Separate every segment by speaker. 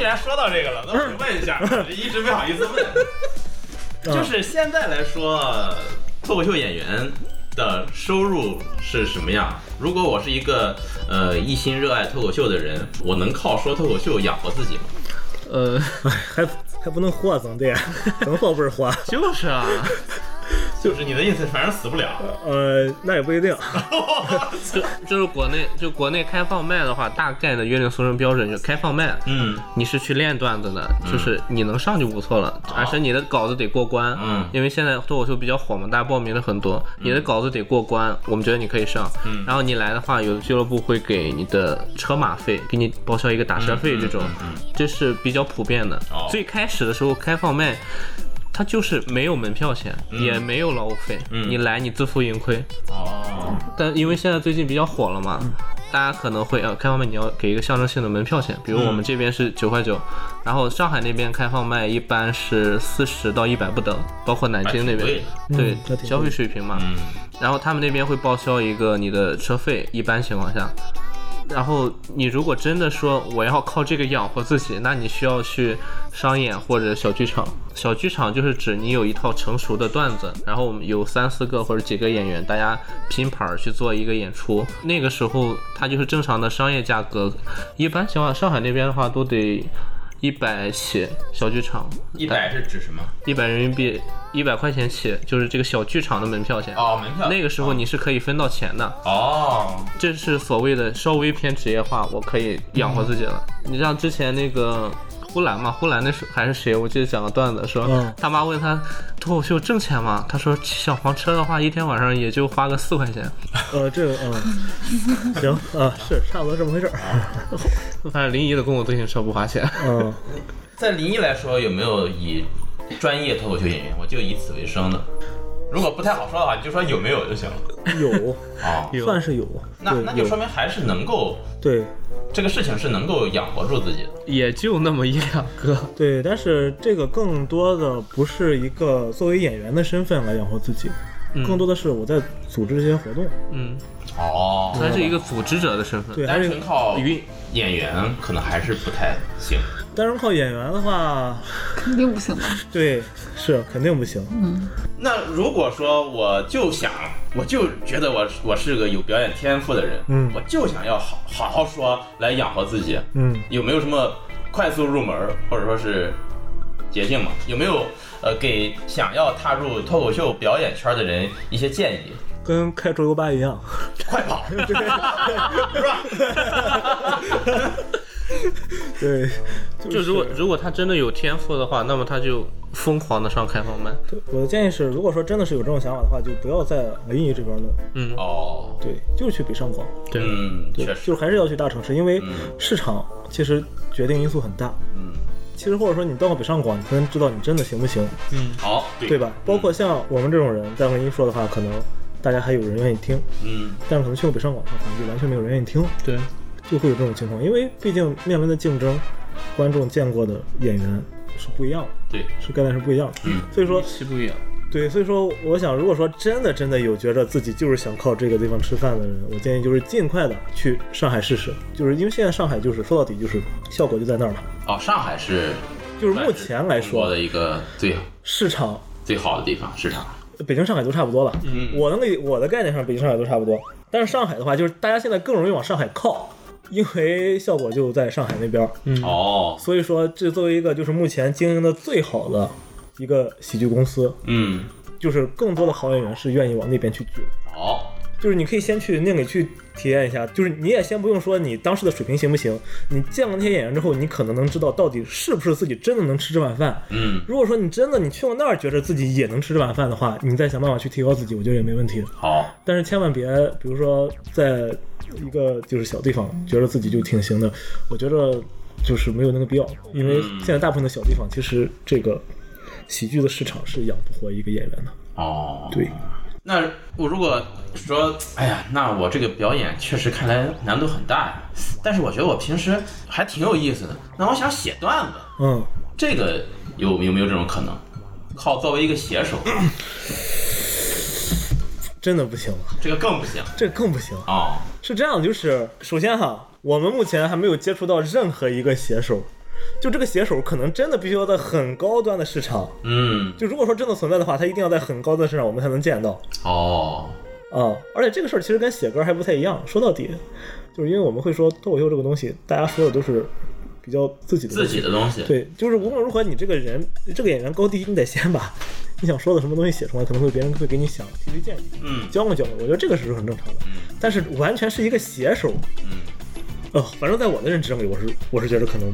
Speaker 1: 然说到这个了，那我就问一下，一直没好意思问，就是现在来说，脱口秀演员的收入是什么样？如果我是一个呃一心热爱脱口秀的人，我能靠说脱口秀养活自己吗？
Speaker 2: 呃，
Speaker 3: 还还不能活，总得能活不是活。
Speaker 2: 就是啊，
Speaker 1: 就是你的意思，反正死不了。
Speaker 3: 呃，那也不一定。
Speaker 2: 就就是国内就国内开放麦的话，大概的约定俗成标准就是开放麦，
Speaker 1: 嗯
Speaker 2: 你是去练段子的，就是你能上就不错了，而且你的稿子得过关，
Speaker 1: 哦嗯
Speaker 2: 因为现在脱口秀比较火嘛，大家报名的很多，你的稿子得过关，我们觉得你可以上，
Speaker 1: 嗯
Speaker 2: 然后你来的话，有的俱乐部会给你的车马费，给你报销一个打车费这种，
Speaker 1: 嗯
Speaker 2: 这是比较普遍的。
Speaker 1: 哦
Speaker 2: 最开始的时候开放麦。它就是没有门票钱，也没有劳务费，
Speaker 1: 嗯
Speaker 2: 你来你自负盈亏。
Speaker 1: 哦，
Speaker 2: 但因为现在最近比较火了嘛，
Speaker 3: 嗯
Speaker 2: 大家可能会呃开放麦你要给一个象征性的门票钱，比如我们这边是九块
Speaker 3: 嗯
Speaker 2: 九，然后上海那边开放麦一般是四十到一百不等，包括南京那
Speaker 1: 哎还挺
Speaker 2: 边
Speaker 1: 贵，
Speaker 2: 对
Speaker 3: 嗯还挺贵
Speaker 2: 消费水平嘛，
Speaker 1: 嗯
Speaker 2: 然后他们那边会报销一个你的车费，一般情况下。然后你如果真的说我要靠这个养活自己，那你需要去商演或者小剧场。小剧场就是指你有一套成熟的段子，然后我们有三四个或者几个演员，大家拼盘儿去做一个演出。那个时候它就是正常的商业价格，一般情况上海那边的话都得一百起小剧场，
Speaker 1: 一百是指什么？
Speaker 2: 一百人民币一百块钱起，就是这个小剧场的门票钱。
Speaker 1: 哦，门票。
Speaker 2: 那个时候你是可以分到钱的，
Speaker 1: 哦，
Speaker 2: 这是所谓的稍微偏职业化，我可以养活自己了。你像之前那个呼兰嘛，呼兰那是还是谁？我记得讲个段子说，
Speaker 3: 嗯
Speaker 2: 他妈问他脱口秀挣钱吗？他说小黄车的话，一天晚上也就花个四块钱，
Speaker 3: 呃，这个嗯，行啊，是差不多这么回事儿。
Speaker 2: 反正临沂的公共自行车不花钱。
Speaker 3: 嗯，
Speaker 1: 在临沂来说，有没有以专业脱口秀演员，我就以此为生的？如果不太好说的话，你就说有没有就行了。
Speaker 3: 有，
Speaker 1: 哦，
Speaker 2: 有
Speaker 3: 算是有。
Speaker 1: 那
Speaker 3: 对
Speaker 1: 那就
Speaker 3: 有
Speaker 1: 说明还是能够，
Speaker 3: 对
Speaker 1: 这个事情是能够养活住自己的。
Speaker 2: 也就那么一两 个，
Speaker 3: 对，但是这个更多的不是一个作为演员的身份来养活自己，
Speaker 2: 嗯
Speaker 3: 更多的是我在组织这些活动。
Speaker 2: 嗯，
Speaker 1: 哦
Speaker 2: 他是一个组织者的身份，
Speaker 3: 对，还
Speaker 1: 单
Speaker 3: 是
Speaker 1: 纯靠
Speaker 2: 运
Speaker 1: 演员可能还是不太行。
Speaker 3: 单纯靠演员的话，
Speaker 4: 肯定不行吧？
Speaker 3: 对，是肯定不行。
Speaker 1: 那如果说我就想，我就觉得我我是个有表演天赋的人，
Speaker 3: 嗯
Speaker 1: 我就想要好好好说来养活自己，
Speaker 3: 嗯，
Speaker 1: 有没有什么快速入门或者说是捷径吗？有没有呃给想要踏入脱口秀表演圈的人一些建议？
Speaker 3: 跟开桌游吧一样。
Speaker 1: 快 跑，是吧？
Speaker 3: 对，
Speaker 2: 就如果
Speaker 3: 是
Speaker 2: 如果他真的有天赋的话，那么他就疯狂的上开放麦，
Speaker 3: 对我的建议是，如果说真的是有这种想法的话，就不要在临沂这边弄，
Speaker 2: 嗯，
Speaker 1: 哦，
Speaker 3: 对，就是去北上广，
Speaker 2: 对，
Speaker 1: 嗯，
Speaker 3: 对，
Speaker 1: 确
Speaker 3: 就
Speaker 1: 实，
Speaker 3: 是还是要去大城市，因为
Speaker 1: 嗯
Speaker 3: 市场其实决定因素很大。
Speaker 1: 嗯，
Speaker 3: 其实或者说你到了北上广，你才能知道你真的行不行，
Speaker 2: 嗯，
Speaker 1: 好，
Speaker 3: 对吧？包
Speaker 1: 嗯
Speaker 3: 括像我们这种人在临沂说的话，可能大家还有人愿意听，
Speaker 1: 嗯，
Speaker 3: 但是可能去了北上广的话，可能就完全没有人愿意听，
Speaker 2: 对，
Speaker 3: 就会有这种情况，因为毕竟面临的竞争，观众见过的演员是不一样的，
Speaker 1: 对，
Speaker 3: 是概念是不一样的，
Speaker 1: 嗯
Speaker 3: 所以说
Speaker 2: 期不一样。
Speaker 3: 对，所以说，我想，如果说真的真的有觉着自己就是想靠这个地方吃饭的人，我建议就是尽快的去上海试试，就是因为现在上海就是说到底就是效果就在那儿了，
Speaker 1: 哦，上海是
Speaker 3: 就是目前来
Speaker 1: 中国
Speaker 3: 说
Speaker 1: 的一个最
Speaker 3: 市场，
Speaker 1: 最好的地方，市场。
Speaker 3: 北京、上海都差不多吧。
Speaker 1: 嗯
Speaker 3: 我能给我的概念上，北京、上海都差不多，但是上海的话，就是大家现在更容易往上海靠，因为效果就在上海那边儿，
Speaker 1: 哦，
Speaker 3: 所以说这作为一个就是目前经营的最好的一个喜剧公司，
Speaker 1: 嗯，
Speaker 3: 就是更多的好演员是愿意往那边去聚的。
Speaker 1: 好，
Speaker 3: 就是你可以先去那里去体验一下，就是你也先不用说你当时的水平行不行，你见了那些演员之后，你可能能知道到底是不是自己真的能吃这碗饭。
Speaker 1: 嗯，
Speaker 3: 如果说你真的你去了那儿觉得自己也能吃这碗饭的话，你再想办法去提高自己，我觉得也没问题。
Speaker 1: 好，
Speaker 3: 但是千万别，比如说在一个就是小地方觉得自己就挺行的，我觉得就是没有那个必要，因为现在大部分的小地方其实这个喜剧的市场是养不活一个演员的。
Speaker 1: 哦，
Speaker 3: 对。
Speaker 1: 那我如果说，哎呀，那我这个表演确实看来难度很大呀，但是我觉得我平时还挺有意思的。那我想写段子，
Speaker 3: 嗯，
Speaker 1: 这个有有没有这种可能？靠作为一个写手，
Speaker 3: 真的不行了，
Speaker 1: 这个更不行
Speaker 3: 这更不行。
Speaker 1: 哦。
Speaker 3: 是这样，就是首先哈，我们目前还没有接触到任何一个写手就这个写手可能真的必须要在很高端的市场，
Speaker 1: 嗯，
Speaker 3: 就如果说真的存在的话，他一定要在很高端的市场我们才能见到
Speaker 1: 哦，
Speaker 3: 啊、而且这个事儿其实跟写歌还不太一样，说到底，就是因为我们会说脱口秀这个东西，大家说的都是比较自己的东
Speaker 1: 自
Speaker 3: 西
Speaker 1: 己的东西，
Speaker 3: 对，就是无论如何，你这个人，这个演员高低，你得先把你想说的什么东西写出来，可能会别人会给你想提提建议，
Speaker 1: 嗯
Speaker 3: 教嘛教嘛。我觉得这个是很正常的，但是完全是一个写手，
Speaker 1: 嗯，
Speaker 3: 呃，反正在我的认知里，我是我是觉得可能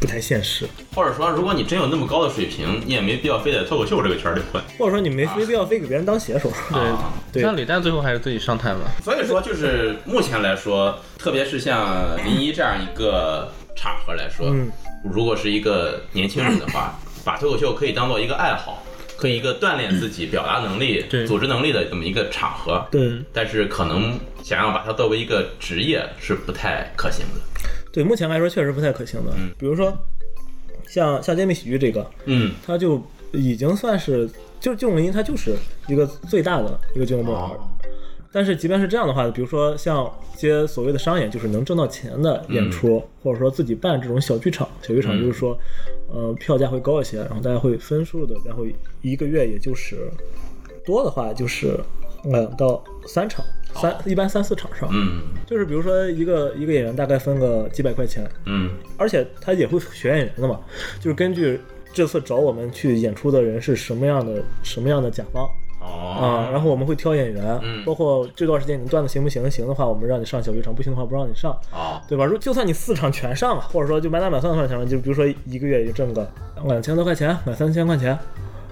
Speaker 3: 不太现实，
Speaker 1: 或者说，如果你真有那么高的水平，你也没必要非得脱口秀这个圈儿里混。
Speaker 3: 或者说你没没必要非给别人当写手。
Speaker 1: 啊
Speaker 3: 对
Speaker 2: 像李诞最后还是自己上台嘛，
Speaker 1: 所以说，就是目前来说，特别是像临沂这样一个场合来说，
Speaker 3: 嗯
Speaker 1: 如果是一个年轻人的 话，把脱口秀可以当做一个爱好，可以一个锻炼自己表达能
Speaker 3: 嗯
Speaker 1: 力、
Speaker 2: 对
Speaker 1: 组织能力的这么一个场合。
Speaker 3: 对
Speaker 1: 但是可能想要把它作为一个职业是不太可行的。
Speaker 3: 对，目前来说确实不太可行的。
Speaker 1: 嗯
Speaker 3: 比如说像像揭秘喜剧这个，
Speaker 1: 嗯，
Speaker 3: 它就已经算是就是金融林，它就是一个最大的一个俱乐部。
Speaker 1: 哦，
Speaker 3: 但是即便是这样的话，比如说像一些所谓的商演，就是能挣到钱的演出，或者说自己办这种小剧场，小剧
Speaker 1: 嗯
Speaker 3: 场就是说，呃，票价会高一些，然后大家会分数的，然后一个月也就是呃多的话就是两到三场，三一般三四场上，
Speaker 1: 嗯
Speaker 3: 就是比如说一个一个演员大概分个几百块钱，
Speaker 1: 嗯
Speaker 3: 而且他也会选演员的嘛，就是根据这次找我们去演出的人是什么样的什么样的甲方，啊，
Speaker 1: 哦，
Speaker 3: 然后我们会挑演员，
Speaker 1: 嗯
Speaker 3: 包括这段时间你段子行不行？行的话，我们让你上小剧场；不行的话，不让你上，
Speaker 1: 哦，
Speaker 3: 对吧？如就算你四场全上了，或者说就满打满算的上全就比如说一个月也就挣个两千多块钱，两三千块钱，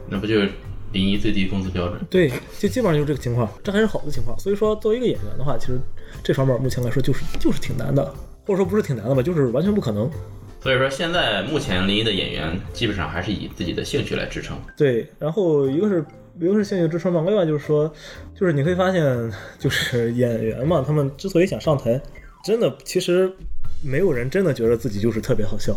Speaker 1: 那不就是临沂最低工资标准？
Speaker 3: 对，就基本上就是这个情况，这还是好的情况。所以说，作为一个演员的话，其实这方面目前来说就是就是挺难的，或者说不是挺难的吧，就是完全不可能。
Speaker 1: 所以说，现在目前临沂的演员基本上还是以自己的兴趣来支撑。
Speaker 3: 对，然后一个是一个是兴趣支撑嘛，另外就是说，就是你会发现，就是演员嘛，他们之所以想上台，真的其实没有人真的觉得自己就是特别好笑，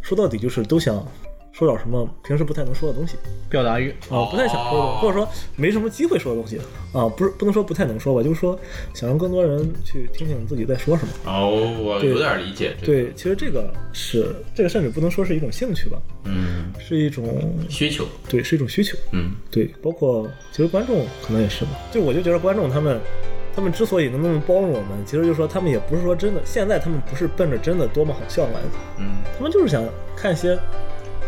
Speaker 3: 说到底就是都想说点什么平时不太能说的东西
Speaker 2: 表达欲。
Speaker 3: 啊，不太想说的，或者说没什么机会说的东西啊，不是不能说不太能说吧，就是说想让更多人去听听自己在说什么。
Speaker 1: 哦，我有点理解这个，
Speaker 3: 对，其实这个是这个甚至不能说是一种兴趣吧，
Speaker 1: 嗯，
Speaker 3: 是一种
Speaker 1: 需求，
Speaker 3: 对，是一种需求。
Speaker 1: 嗯
Speaker 3: 对，包括其实观众可能也是吧。就我就觉得观众他们，他们之所以能那么包容我们，其实就说他们也不是说真的，现在他们不是奔着真的多么好笑来的，
Speaker 1: 嗯，
Speaker 3: 他们就是想看一些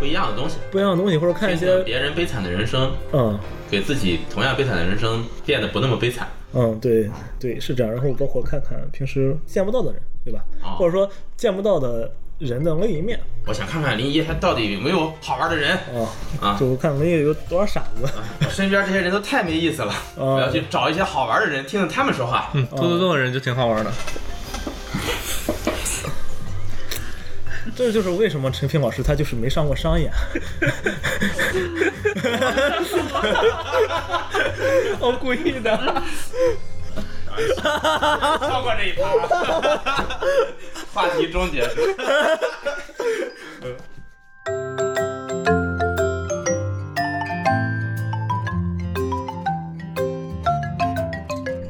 Speaker 1: 不一样的东西，
Speaker 3: 不一样的东西，或者看一
Speaker 1: 听
Speaker 3: 些
Speaker 1: 听，别人悲惨的人生，
Speaker 3: 嗯
Speaker 1: 给自己同样悲惨的人生变得不那么悲惨。
Speaker 3: 嗯，对对，是这样。然后包括看看平时见不到的人，对吧？
Speaker 1: 哦
Speaker 3: 或者说见不到的人的另一面
Speaker 1: 我想看看临沂它到底有没有好玩的人
Speaker 3: 啊，
Speaker 1: 啊！
Speaker 3: 就看另一有多少傻子。
Speaker 1: 我身边这些人都太没意思了，
Speaker 3: 哦
Speaker 1: 我要去找一些好玩的人，听听他们说话。
Speaker 2: 嗯，多多动人就挺好玩的。
Speaker 3: 这就是为什么陈平老师他就是没上过商演。 我故意的。
Speaker 1: 错过这一 趴，话题终结是吧。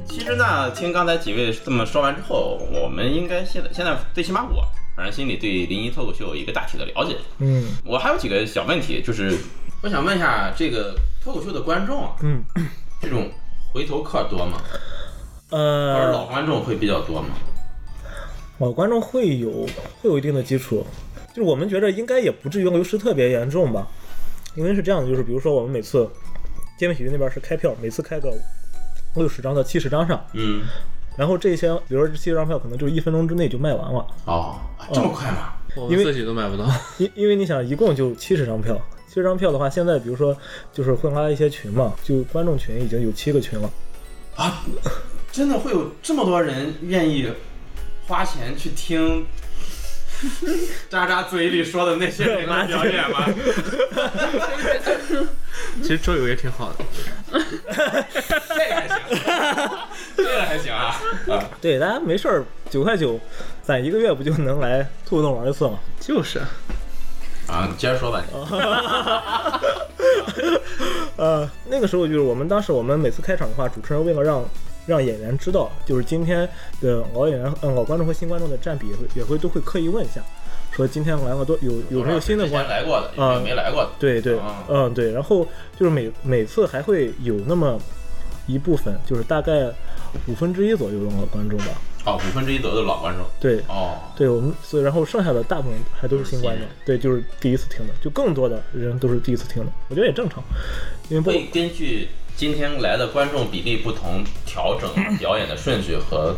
Speaker 1: 其实呢，听刚才几位这么说完之后，我们应该现在现在最起码我，反正心里对临沂脱口秀有一个大体的了解。
Speaker 3: 嗯
Speaker 1: 我还有几个小问题，就是我想问一下这个脱口秀的观众啊，
Speaker 3: 嗯，
Speaker 1: 这种回头客多吗？或者老
Speaker 3: 呃，
Speaker 1: 观众会比较多吗？
Speaker 3: 老呃观众会有会有一定的基础，就是我们觉得应该也不至于流失特别严重吧，因为是这样的，就是比如说我们每次街面喜剧那边是开票，每次开个六十张到七十张上，
Speaker 1: 嗯，
Speaker 3: 然后这些比如说这七十张票可能就一分钟之内就卖完了，
Speaker 1: 哦，这么快吗？
Speaker 2: 我
Speaker 3: 因
Speaker 2: 们
Speaker 3: 为
Speaker 2: 自己都买不到，
Speaker 3: 因因为你想一共就七十张票。七十张票的话，现在比如说就是会拉一些群嘛，就观众群已经有七个群了，
Speaker 1: 啊，真的会有这么多人愿意花钱去 听渣渣嘴里说的那些人的表演 吗？
Speaker 2: 其实周游也挺好的。
Speaker 1: 这个还行，这个还行啊。啊，
Speaker 3: 对，大家没事儿九块九，攒一个月不就能来兔洞玩一次吗？
Speaker 2: 就是，
Speaker 1: 啊，你接着说吧。
Speaker 3: 呃，那个时候就是我们当时我们每次开场的话，主持人为了让让演员知呃道，就是今天的老演员、嗯、老观众和新观众的占比，也会也会都会刻意问一下，和今天来过多有有没有新的关
Speaker 1: 之前来过的，有没有
Speaker 3: 啊
Speaker 1: 没来过的，
Speaker 3: 对对
Speaker 1: 啊，
Speaker 3: 嗯对，然后就是每每次还会有那么一部分，就是大概五分之一左右的老观众吧。
Speaker 1: 哦，五分之一左右的老观众，
Speaker 3: 对，
Speaker 1: 哦，
Speaker 3: 对我们，所以然后剩下的大部分还都是新观众，对，就是第一次听的，就更多的人都是第一次听的，我觉得也正常，因为不
Speaker 1: 会根据今天来的观众比例不同调整表演的顺序和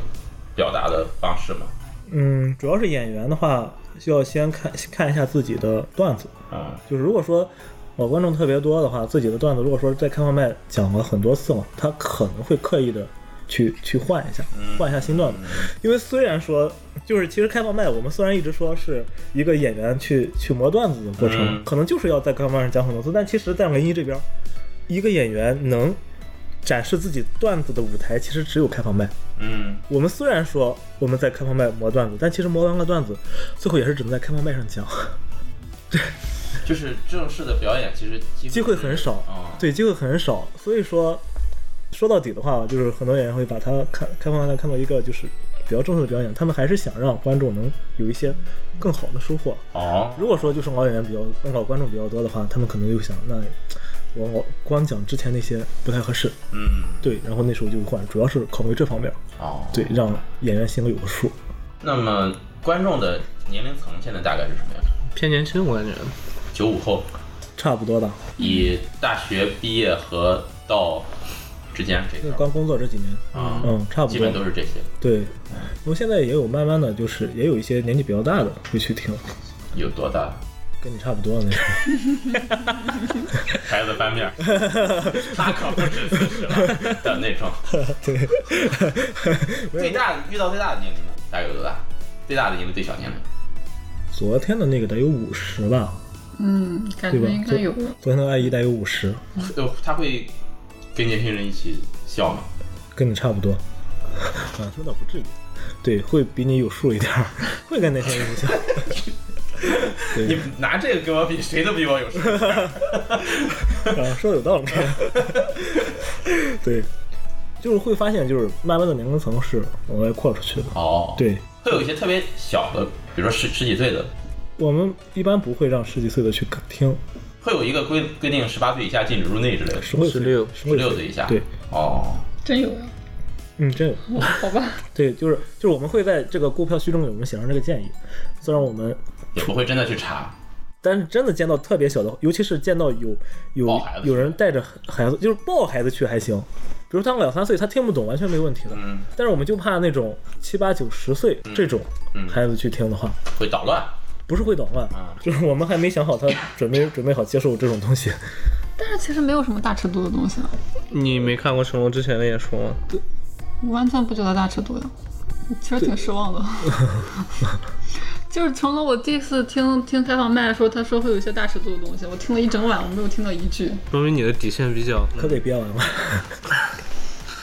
Speaker 1: 表达的方式吗？
Speaker 3: 嗯，主要是演员的话，需要先看看一下自己的段子，
Speaker 1: 嗯，
Speaker 3: 就是如果说我观众特别多的话，自己的段子如果说在开放麦讲了很多次嘛，他可能会刻意的去去换一下，换一下新段子。因为虽然说，就是其实开放麦我们虽然一直说是一个演员去去磨段子的过程，
Speaker 1: 嗯
Speaker 3: 可能就是要在开放麦上讲很多次，但其实，在文艺这边，一个演员能展示自己段子的舞台，其实只有开放麦。
Speaker 1: 嗯，
Speaker 3: 我们虽然说我们在开放麦磨段子，但其实磨完了段子，最后也是只能在开放麦上讲。
Speaker 1: 就是正式的表演其实机
Speaker 3: 机会很少
Speaker 1: 啊，，
Speaker 3: 对，机会很少。所以说，说到底的话，就是很多演员会把它看开放麦看到一个就是比较正式的表演，他们还是想让观众能有一些更好的收获。
Speaker 1: 哦，
Speaker 3: 如果说就是老演员比较老观众比较多的话，他们可能就想，那我我光讲之前那些不太合适，
Speaker 1: 嗯，
Speaker 3: 对，然后那时候就换，主要是考虑这方面，
Speaker 1: 哦，
Speaker 3: 对，让演员心里有个数。
Speaker 1: 那么观众的年龄层现在大概是什么样？
Speaker 2: 偏年轻，我感觉。
Speaker 1: 九五后，
Speaker 3: 差不多吧，
Speaker 1: 以大学毕业和到之间这
Speaker 3: 就
Speaker 1: 个
Speaker 3: 刚工作这几年，
Speaker 1: 啊，
Speaker 3: 嗯，差不多，
Speaker 1: 基本都是这些。
Speaker 3: 对，我现在也有慢慢的就是也有一些年纪比较大的会去听，
Speaker 1: 有多大？
Speaker 3: 跟你差不多的那种。
Speaker 1: 孩子翻面儿， 那可不止四十了的那种。
Speaker 3: 对，
Speaker 1: 最大遇到最大的年龄呢？大概有多大？最大的年龄，最小年龄。
Speaker 3: 昨天的那个得有五十吧，
Speaker 4: 嗯，感觉
Speaker 3: 对吧
Speaker 4: 应该有。
Speaker 3: 昨天的阿姨得有五十，
Speaker 1: 呃，他会跟年轻人一起笑吗？
Speaker 3: 跟你差不多。啊，那倒不至于。对，会比你有数一点儿，会跟那些人 像。对
Speaker 1: 你拿这个跟我比，谁都比我有事。
Speaker 3: 啊，说的有道理。 对，就是会发现，就是慢慢的年龄层是往外扩出去的。
Speaker 1: 哦，，
Speaker 3: 对
Speaker 1: 会有一些特别小的，比如说十十几岁的，
Speaker 3: 我们一般不会让十几岁的去听，
Speaker 1: 会有一个规规定，十八岁以下禁止入内之类的，
Speaker 3: 十会岁
Speaker 2: 16
Speaker 3: 十
Speaker 1: 十
Speaker 3: 会
Speaker 1: 六岁以下。
Speaker 3: 对，
Speaker 1: 哦，
Speaker 4: 真有呀、
Speaker 3: 嗯，真有。
Speaker 4: 好吧，
Speaker 3: 对，就是就是我们会在这个购票区中给我们写上这个建议，虽然我们
Speaker 1: 也不会真的去查。
Speaker 3: 但是真的见到特别小的，尤其是见到有有
Speaker 1: 抱孩子去
Speaker 3: 有人带着孩子，就是抱孩子去还行，比如他两三岁，他听不懂完全没问题的。
Speaker 1: 嗯，
Speaker 3: 但是我们就怕那种七八九十岁这种
Speaker 1: 嗯
Speaker 3: 孩子去听的话，
Speaker 1: 会捣乱。
Speaker 3: 不是会捣乱
Speaker 1: 啊，
Speaker 3: 就是我们还没想好他准备准备好接受这种东西。
Speaker 1: 嗯
Speaker 4: 但是其实没有什么大尺度的东西啊，
Speaker 2: 你没看过成龙之前的演出吗？
Speaker 4: 我完全不觉得大尺度的，其实挺失 望的。就是成龙，我第一次听听开放麦的时候，他说会有一些大尺度的东西，我听了一整晚，我没有听到一句。
Speaker 2: 说明你的底线比较。
Speaker 3: 可给憋完了，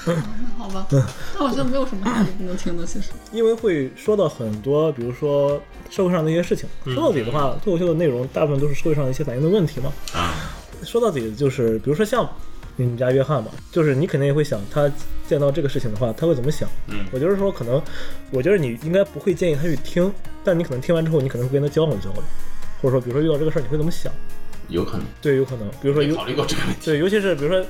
Speaker 4: 那好吧，但我觉得没有什么大尺度能听的，其实。
Speaker 3: 因为会说到很多，比如说社会上的一些事情。说到底的话，脱口秀的内容大部分都是社会上的一些反映的问题嘛。
Speaker 1: 啊，
Speaker 3: 说到底就是，比如说像你们家约翰吧，就是你肯定也会想他见到这个事情的话，他会怎么想？
Speaker 1: 嗯
Speaker 3: 我就是说，可能我觉得你应该不会建议他去听，但你可能听完之后，你可能会跟他交流交流，或者说，比如说遇到这个事儿，你会怎么想？
Speaker 1: 有可能。
Speaker 3: 对，有可能，比如说
Speaker 1: 没
Speaker 3: 有
Speaker 1: 考虑过这个问题。
Speaker 3: 对，尤其是比如说，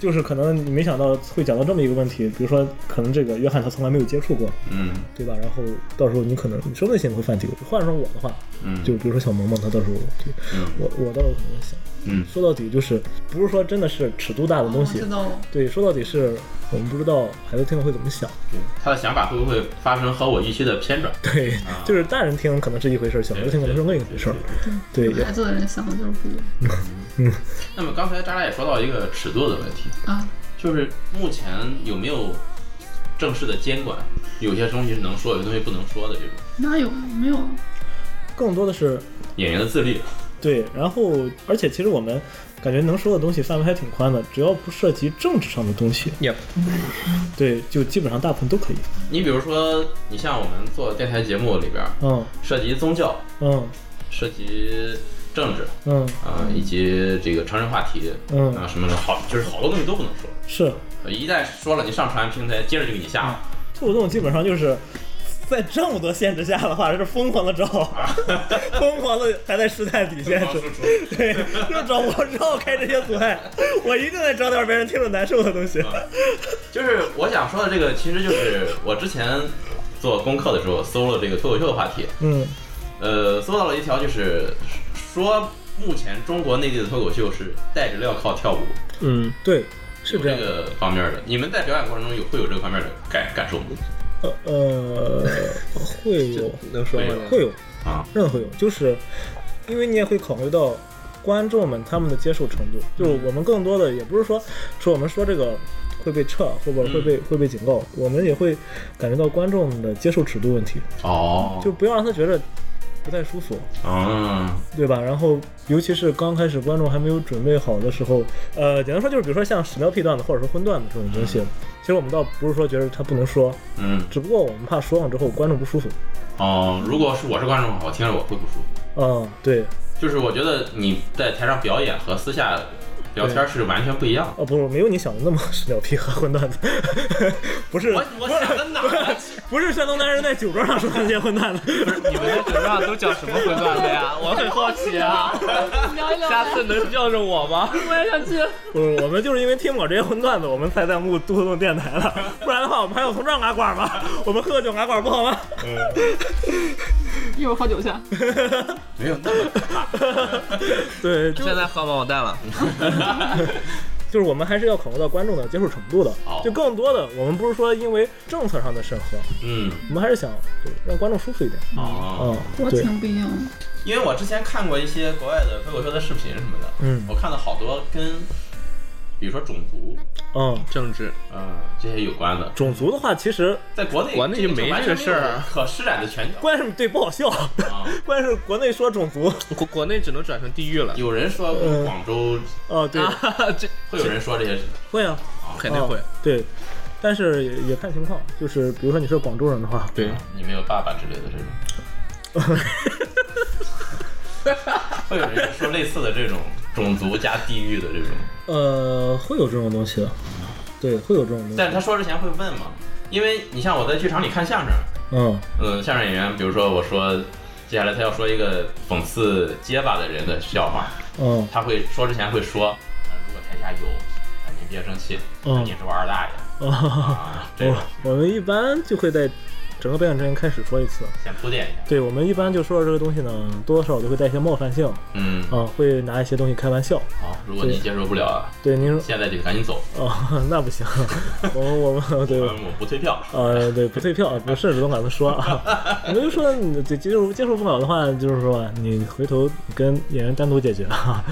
Speaker 3: 就是可能你没想到会讲到这么一个问题，比如说可能这个约翰他从来没有接触过，
Speaker 1: 嗯
Speaker 3: 对吧？然后到时候你可能你说不定性会犯嘀咕。换成我的话，
Speaker 1: 嗯，
Speaker 3: 就比如说小萌萌，他到时候就
Speaker 1: 嗯
Speaker 3: 我我到时候可能想，
Speaker 1: 嗯
Speaker 3: 说到底就是不是说真的是尺度大的东西
Speaker 4: 我知，道了。
Speaker 3: 对，说到底是我们不知道孩子听了会怎么想，
Speaker 1: 对他的想法会不会发生和我预期的偏转？
Speaker 3: 对，
Speaker 1: 啊
Speaker 3: 就是大人听可能是一回事儿，小孩子听可能是另一回事儿，对，
Speaker 4: 有孩子的人想的就是不一样
Speaker 1: 那么刚才渣渣也说到一个尺度的问题，
Speaker 4: 啊。
Speaker 1: 就是目前有没有正式的监管？有些东西是能说，有些东西不能说的这种
Speaker 4: 哪有 没有？
Speaker 3: 更多的是
Speaker 1: 演员的自律。
Speaker 3: 对，然后而且其实我们感觉能说的东西范围还挺宽的，只要不涉及政治上的东西，
Speaker 2: Yep
Speaker 3: 对，就基本上大部分都可以，
Speaker 1: 你比如说，你像我们做电台节目里边儿
Speaker 3: 嗯
Speaker 1: 涉及宗教、
Speaker 3: 嗯
Speaker 1: 涉及政治
Speaker 3: 嗯
Speaker 1: 啊、以及这个成人话题啊、
Speaker 3: 嗯，
Speaker 1: 什么的，好就是好多东西都不能说。呃
Speaker 3: 是嗯
Speaker 1: 一旦说了，你上传平台，接着就给你下了。
Speaker 3: 互动基本上就是
Speaker 5: 在这么多限制下的话，是疯狂的 找，疯狂的还在时代底线
Speaker 1: 疯狂
Speaker 5: 是
Speaker 1: 输出，
Speaker 5: 对，就找我绕开这些阻碍，我一定得找点别人听着难受的东西。
Speaker 1: 就是我想说的这个，其实就是我之前做功课的时候搜了这个脱口秀的话题，
Speaker 3: 嗯，
Speaker 1: 呃，搜到了一条，就是说目前中国内地的脱口秀是带着镣铐跳舞，
Speaker 2: 嗯，
Speaker 3: 对，是
Speaker 1: 有这
Speaker 3: 这样。
Speaker 1: 个方面的。你们在表演过程中有会有这个方面的感感受吗？
Speaker 3: 呃呃，会有
Speaker 2: 能说吗？
Speaker 3: 会有，
Speaker 1: 啊，
Speaker 3: 任何有，就是因为你也会考虑到观众们他们的接受程度，就是我们更多的也不是说说我们说这个会被撤，或者会被、会被警告，我们也会感觉到观众的接受尺度问题，
Speaker 1: 哦，
Speaker 3: 就不要让他觉得不太舒服，
Speaker 1: 嗯，
Speaker 3: 对吧？然后尤其是刚开始观众还没有准备好的时候，呃，简单说就是比如说像屎尿屁段子或者说荤段子这种东西，其实我们倒不是说觉得他不能说，
Speaker 1: 嗯，
Speaker 3: 只不过我们怕说了之后观众不舒服。
Speaker 1: 哦，如果是我是观众，我听着我会不舒服。
Speaker 3: 嗯，对，
Speaker 1: 就是我觉得你在台上表演和私下聊天是完全不一样的。
Speaker 3: 哦，不，没有你想的那么屎尿屁和混段子，不是
Speaker 1: 我我想的哪儿去？
Speaker 3: 不是山东男人在酒桌上说那些混蛋子，
Speaker 2: 你们在酒上都讲什么荤段子呀？ 我很好奇啊，
Speaker 4: 聊一聊
Speaker 2: 下
Speaker 4: 呗，
Speaker 2: 次能叫着我吗？
Speaker 4: 我也想去。
Speaker 3: 不是我们就是因为听不了这些混段子，我们才在录杜动电台了，不然的话我们还要从这儿拉呱吗？我们喝个酒拉呱不好吗？
Speaker 4: 一会儿喝酒去。
Speaker 1: 没有那么可怕。
Speaker 3: 对，就
Speaker 2: 现在喝完我淡了。
Speaker 3: 就是我们还是要考虑到观众的接受程度的
Speaker 1: 好，
Speaker 3: 就更多的我们不是说因为政策上的审核，
Speaker 1: 嗯，
Speaker 3: 我们还是想就是让观众舒服一
Speaker 2: 嗯
Speaker 3: 点
Speaker 1: 哦
Speaker 3: 啊，，
Speaker 4: 我
Speaker 3: 对，
Speaker 4: 挺不一样的。
Speaker 1: 因为我之前看过一些国外的脱口秀的视频什么的，
Speaker 3: 嗯
Speaker 1: 我看了好多跟，比如说种族，
Speaker 3: 嗯，
Speaker 2: 政治，
Speaker 1: 啊这些有关的，
Speaker 3: 种族的话其实
Speaker 1: 在国内
Speaker 2: 国内就没
Speaker 1: 完
Speaker 2: 这
Speaker 1: 全
Speaker 2: 事儿啊
Speaker 1: 没有可施展的拳脚
Speaker 3: 关键是对不好笑，
Speaker 1: 啊。
Speaker 3: 关键是国内说种族，
Speaker 2: 国国内只能转成地狱了。
Speaker 1: 有人说
Speaker 3: 嗯
Speaker 1: 广州
Speaker 3: 哦对，
Speaker 2: 啊这
Speaker 1: 会有人说这些事，
Speaker 3: 会啊，
Speaker 2: 肯定会
Speaker 3: 啊。对，但是也也看情况，就是比如说你是广州人的话，
Speaker 2: 对，
Speaker 1: 你没有爸爸之类的这种， 会有人说类似的这种种族加地域的这种，
Speaker 3: 呃，会有这种东西的，对，会有这种东
Speaker 1: 但
Speaker 3: 西，
Speaker 1: 是他说之前会问嘛，因为你像我在剧场里看相声，
Speaker 3: 嗯
Speaker 1: 嗯，相声演员，比如说我说接下来他要说一个讽刺结巴的人的笑话，
Speaker 3: 嗯
Speaker 1: 他会说之前会说，呃如果台下有，啊您别生气，
Speaker 3: 嗯
Speaker 1: 您是我二大爷
Speaker 3: 啊，
Speaker 1: 啊，这种
Speaker 3: 我 我们一般就会在整个表演之前开始说一次，
Speaker 1: 先铺垫一下，
Speaker 3: 对我们一般就说这个东西呢，多多少少都会带一些冒犯性
Speaker 1: 嗯，
Speaker 3: 啊，会拿一些东西开玩笑，
Speaker 1: 好，如果您接受不了，
Speaker 3: 对您说。
Speaker 1: 现在就赶紧走，
Speaker 3: 哦， 那不行，我们我们对
Speaker 1: 我们我不退票，
Speaker 3: 呃，对，不退票，不是都敢这么说啊。 我们就说，你对接受接受不了的话，就是说你回头跟演员单独解决啊，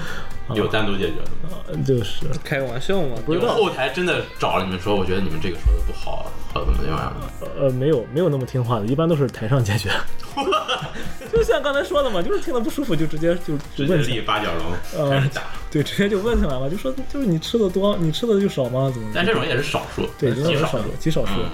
Speaker 1: 有单独解决的吗？
Speaker 3: 就是
Speaker 2: 开个玩笑嘛，
Speaker 3: 不知
Speaker 1: 有
Speaker 3: 道，
Speaker 1: 后台真的找你们说，我觉得你们这个说的不好，或者怎么怎么样的，
Speaker 3: 呃，没有没有那么听话的，一般都是台上解决。 就像刚才说的嘛，就是听得不舒服就直接就
Speaker 1: 直接
Speaker 3: 就
Speaker 1: 嗯
Speaker 3: 问起来，
Speaker 1: 立八角笼
Speaker 3: 呃
Speaker 1: 开始打，
Speaker 3: 对，直接就问起来了，就说就是你吃的多，你吃的就少吗？怎么？
Speaker 1: 但这种也是少数，
Speaker 3: 对，真的
Speaker 1: 极
Speaker 3: 很
Speaker 1: 少
Speaker 3: 少
Speaker 1: 数
Speaker 3: 数，，极少数。
Speaker 1: 嗯，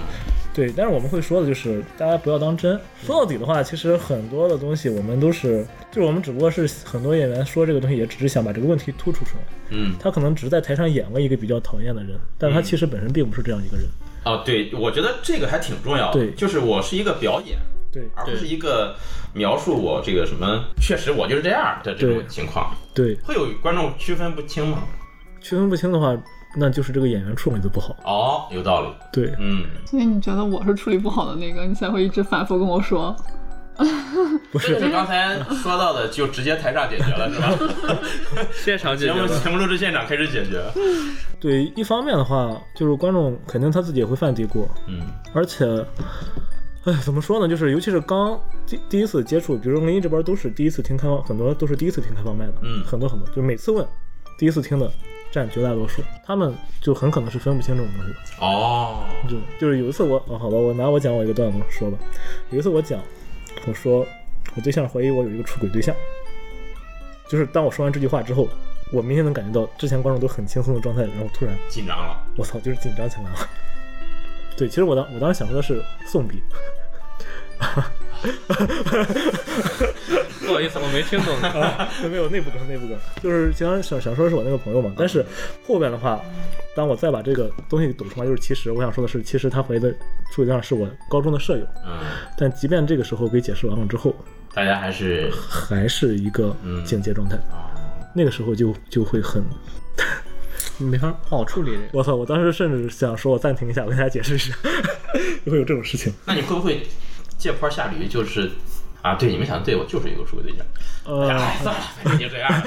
Speaker 3: 对，但是我们会说的就是，大家不要当真。说到底的话，其实很多的东西我们都是，就是我们只不过是很多演员说这个东西，也只是想把这个问题突出出来。
Speaker 1: 嗯，
Speaker 3: 他可能只是在台上演了一个比较讨厌的人，但他其实本身并不是这样一个人。
Speaker 1: 哦，对，我觉得这个还挺重要的，
Speaker 3: 对
Speaker 1: 就是我是一个表演，
Speaker 3: 对
Speaker 1: 而不
Speaker 2: 对
Speaker 1: 是一个描述我这个什么，确实我就是这样的这种
Speaker 3: 对
Speaker 1: 情况，
Speaker 3: 对，
Speaker 1: 会有观众区分不清吗？
Speaker 3: 区分不清的话，那就是这个演员处理的不好。
Speaker 1: 哦，有道理，
Speaker 3: 对，
Speaker 1: 嗯，
Speaker 4: 所以你觉得我是处理不好的那个，你才会一直反复跟我说。
Speaker 3: 不
Speaker 1: 这
Speaker 3: 是
Speaker 1: 是刚才说到的，就直接台上解决了，是吧？
Speaker 2: 现场解
Speaker 1: 节
Speaker 2: 决
Speaker 1: 目
Speaker 2: 了。
Speaker 1: 节目录制现场开始解决，
Speaker 3: 对。一方面的话，就是观众肯定他自己也会犯嘀咕，
Speaker 1: 嗯
Speaker 3: 而且，哎，怎么说呢？就是尤其是刚第第一次接触，比如说文艺这边都是第一次听开放，很多都是第一次听开放麦的，
Speaker 1: 嗯
Speaker 3: 很多很多，就是每次问，第一次听的占绝大多数，他们就很可能是分不清这种东西。
Speaker 1: 哦，
Speaker 3: 就就是有一次我，哦，好吧，我拿我讲我一个段子说吧。有一次我讲，我说我对象怀疑我有一个出轨对象，就是当我说完这句话之后，我明显能感觉到之前观众都很轻松的状态，然后突然
Speaker 1: 紧张了，
Speaker 3: 我操，就是紧张起来了。对，其实我当我当 时想说的是送笔，
Speaker 2: 不好意思，我没听懂。
Speaker 3: 啊， 没有内部梗，内部梗，就是想想想说的是我那个朋友嘛。但是后边的话，当我再把这个东西抖出来，就是其实我想说的是，其实他回的处理对象是我高中的舍友。
Speaker 1: 嗯，
Speaker 3: 但即便这个时候给解释完了之后，
Speaker 1: 大家还是
Speaker 3: 还是一个
Speaker 1: 嗯
Speaker 3: 警戒状态，
Speaker 1: 啊，
Speaker 3: 那个时候就就会很，
Speaker 2: 没法不好处理这个。
Speaker 3: 我操！我当时甚至想说，我暂停一下，我跟大家解释一下， 会有这种事情。
Speaker 1: 那你会不会借坡下驴？就是啊，对，你们想对我就是一个处理对象。
Speaker 3: 呃，
Speaker 1: 哎，算了，反正就这样吧，